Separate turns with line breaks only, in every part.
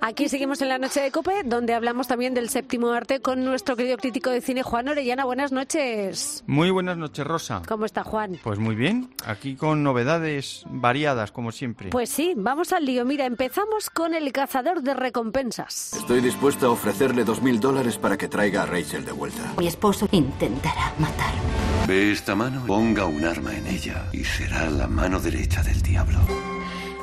Aquí seguimos en la noche de COPE, donde hablamos también del séptimo arte con nuestro querido crítico de cine Juan Orellana. Buenas noches.
Muy buenas noches, Rosa.
¿Cómo está Juan?
Pues muy bien, aquí con novedades variadas, como siempre.
Pues sí, vamos al lío. Mira, empezamos con El cazador de recompensas.
Estoy dispuesta a ofrecerle dos mil dólares para que traiga a Rachel de vuelta.
Mi esposo intentará matarme.
Ve esta mano, ponga un arma en ella y será la mano derecha del diablo.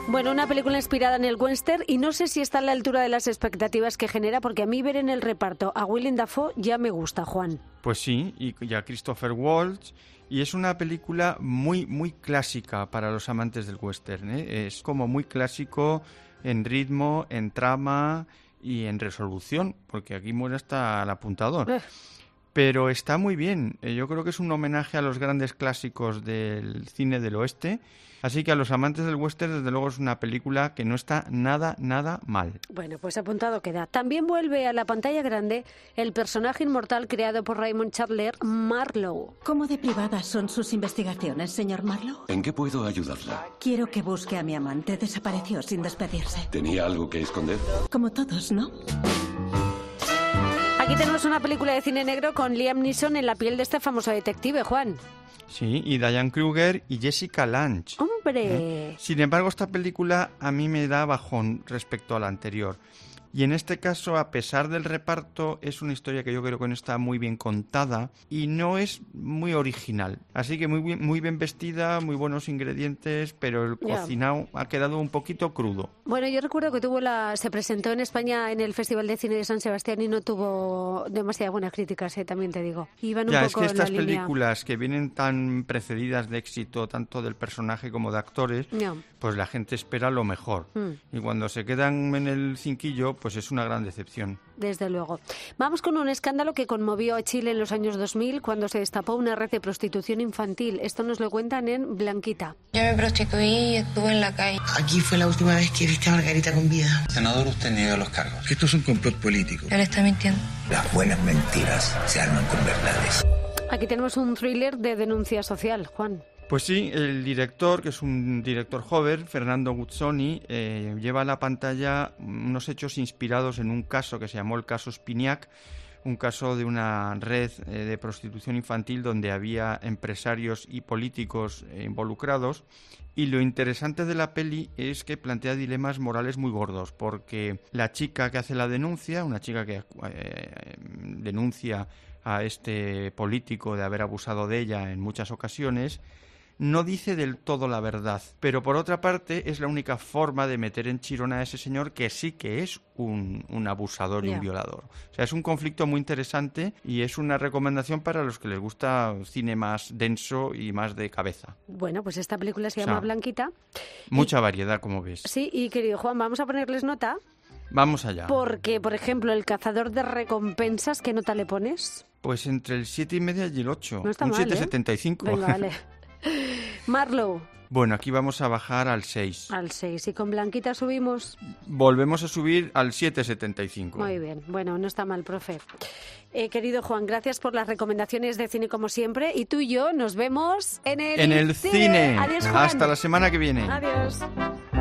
Bueno, una película inspirada en el western y no sé si está a la altura de las expectativas que genera porque a mí ver en el reparto a Willem Dafoe ya me gusta, Juan.
Pues sí, y y a Christopher Waltz. Y es una película muy, muy clásica para los amantes del western. ¿eh? Es como muy clásico en ritmo, en trama y en resolución, porque aquí muere hasta el apuntador.
Eh.
Pero está muy bien. Eh, Yo creo que es un homenaje a los grandes clásicos del cine del oeste. Así que a los amantes del western, desde luego, es una película que no está nada, nada mal.
Bueno, pues apuntado queda. También vuelve a la pantalla grande el personaje inmortal creado por Raymond Chandler, Marlowe.
¿Cómo de privadas son sus investigaciones, señor Marlowe?
¿En qué puedo ayudarla?
Quiero que busque a mi amante. Desapareció sin despedirse.
¿Tenía algo que esconder?
Como todos, ¿no?
Aquí tenemos una película de cine negro con Liam Neeson en la piel de este famoso detective, Juan.
Sí, y Diane Kruger y Jessica Lange.
¡Hombre!
Sin embargo, esta película a mí me da bajón respecto a la anterior. Y en este caso, a pesar del reparto, es una historia que yo creo que no está muy bien contada y no es muy original. Así que muy bien, muy bien vestida, muy buenos ingredientes, pero el
Ya.
cocinado ha quedado un poquito crudo.
Bueno, yo recuerdo que tuvo la, se presentó en España en el Festival de Cine de San Sebastián y no tuvo demasiadas buenas críticas, eh, también te digo. Iban un
ya,
poco
es que
en la
estas
línea.
películas que vienen tan precedidas de éxito, tanto del personaje como de actores,
Ya.
pues la gente espera lo mejor.
Mm.
Y cuando se quedan en el cinquillo, pues es una gran decepción.
Desde luego. Vamos con un escándalo que conmovió a Chile en los años 2000 cuando se destapó una red de prostitución infantil. Esto nos lo cuentan en Blanquita.
Yo me prostituí y estuve en la calle.
Aquí fue la última vez que viste a Margarita con vida.
Senador, usted niega los cargos.
Esto es un complot político.
Él está mintiendo.
Las buenas mentiras se arman con verdades.
Aquí tenemos un thriller de denuncia social, Juan.
Pues sí, el director, que es un director joven, Fernando Guzzoni, eh, lleva a la pantalla unos hechos inspirados en un caso que se llamó el caso Spiniak, un caso de una red eh, de prostitución infantil donde había empresarios y políticos eh, involucrados. Y lo interesante de la peli es que plantea dilemas morales muy gordos, porque la chica que hace la denuncia, una chica que eh, denuncia a este político de haber abusado de ella en muchas ocasiones, no dice del todo la verdad, pero por otra parte es la única forma de meter en chirona a ese señor que sí que es un, un abusador y
Ya.
un violador. O sea, es un conflicto muy interesante y es una recomendación para los que les gusta cine más denso y más de cabeza.
Bueno, pues esta película se
O
llama
sea,
Blanquita.
Mucha variedad, como ves.
Sí, y querido Juan, vamos a ponerles nota
Vamos allá.
porque, por ejemplo, El cazador de recompensas, ¿qué nota le pones?
Pues entre el 7 y media y el 8.
No está
un
mal, ¿eh?
7,75.
Venga, vale. Marlowe,
bueno, aquí vamos a bajar al 6.
al 6. Y con Blanquita subimos.
Volvemos a subir al 7,75.
Muy bien, bueno, no está mal, profe. Eh, querido Juan, gracias por las recomendaciones de cine como siempre. Y tú y yo nos vemos en el,
En el cine.
Adiós, Juan.
Hasta la semana que viene.
Adiós.